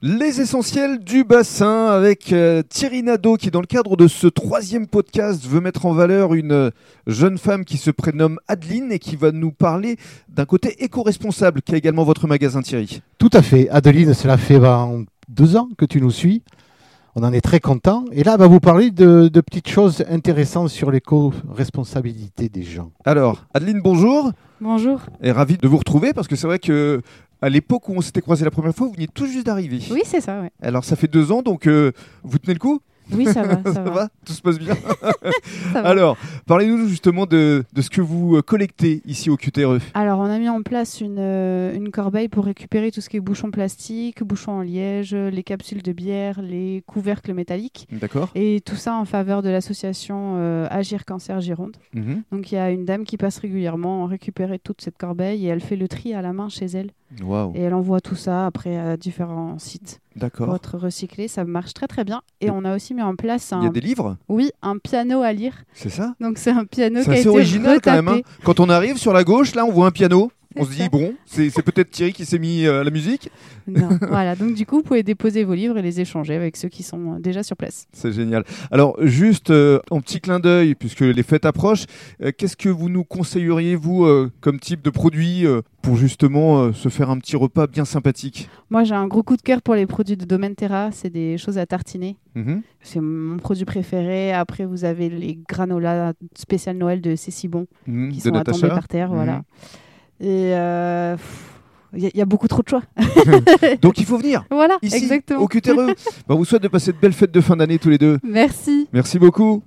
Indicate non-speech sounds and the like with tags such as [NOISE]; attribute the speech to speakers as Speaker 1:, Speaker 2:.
Speaker 1: Les essentiels du bassin avec euh, Thierry Nadeau qui, dans le cadre de ce troisième podcast, veut mettre en valeur une euh, jeune femme qui se prénomme Adeline et qui va nous parler d'un côté éco-responsable qu'a également votre magasin Thierry.
Speaker 2: Tout à fait. Adeline, cela fait ben, deux ans que tu nous suis. On en est très content. Et là, elle va vous parler de, de petites choses intéressantes sur l'éco-responsabilité des gens.
Speaker 1: Alors, Adeline, bonjour
Speaker 3: Bonjour.
Speaker 1: et ravi de vous retrouver parce que c'est vrai que à l'époque où on s'était croisés la première fois, vous veniez tout juste d'arriver.
Speaker 3: Oui, c'est ça, ouais.
Speaker 1: Alors, ça fait deux ans, donc euh, vous tenez le coup
Speaker 3: Oui, ça
Speaker 1: [LAUGHS]
Speaker 3: va, ça, va.
Speaker 1: Tout se passe bien
Speaker 3: Ça va.
Speaker 1: Alors, parlez-nous justement de, de ce que vous euh, collectez ici au QTRE.
Speaker 3: Alors, on a mis en place une, euh, une corbeille pour récupérer tout ce qui est bouchons plastiques, bouchons en liège, les capsules de bière, les couvercles métalliques.
Speaker 1: D'accord
Speaker 3: Et tout ça en faveur de l'association euh, Agir Cancer Gironde.
Speaker 1: Mhm.
Speaker 3: Donc, il y a une dame qui passe régulièrement en récupérer toute cette corbeille et elle fait le tri à la main chez elle.
Speaker 1: Waouh,
Speaker 3: Et elle envoie tout ça après à différents sites pour
Speaker 1: d'accord.
Speaker 3: être recyclé. Ça marche très très bien. Et on a aussi mis en place
Speaker 1: Il y a
Speaker 3: un,
Speaker 1: des livres,
Speaker 3: oui, un piano à lire.
Speaker 1: c'est ça
Speaker 3: Donc, c'est un piano
Speaker 1: C'est
Speaker 3: qui a
Speaker 1: assez
Speaker 3: été
Speaker 1: original quand même. hein.
Speaker 3: retapé.
Speaker 1: Quand on arrive sur la gauche, là, on voit un piano. On
Speaker 3: C'est
Speaker 1: se
Speaker 3: ça.
Speaker 1: dit, bon, c'est c'est peut-être Thierry qui s'est mis euh, à la musique. [LAUGHS]
Speaker 3: Non, voilà, donc du coup, vous pouvez déposer vos livres et les échanger avec ceux qui sont euh, déjà sur place.
Speaker 1: C'est génial. Alors, juste euh, en petit clin d'œil, puisque les fêtes approchent, euh, qu'est-ce que vous nous conseilleriez, vous, euh, comme type de produit euh, pour justement euh, se faire un petit repas bien sympathique
Speaker 3: Moi, j'ai un gros coup de cœur pour les produits de Domaine Terra, c'est des choses à tartiner.
Speaker 1: Mhm.
Speaker 3: C'est mon produit préféré. Après, vous avez les granolas spécial Noël de C'est si bon
Speaker 1: Mhm,
Speaker 3: qui
Speaker 1: de
Speaker 3: sont à tomber
Speaker 1: Natacha.
Speaker 3: par terre,
Speaker 1: Mhm.
Speaker 3: voilà. Et euh, pff, il y, a- il y a beaucoup trop de choix.
Speaker 1: Donc, il faut venir
Speaker 3: voilà,
Speaker 1: ici,
Speaker 3: exactement.
Speaker 1: E. au QTRE. Bah, on vous souhaite de passer de belles fêtes de fin d'année tous les deux.
Speaker 3: Merci.
Speaker 1: Merci beaucoup.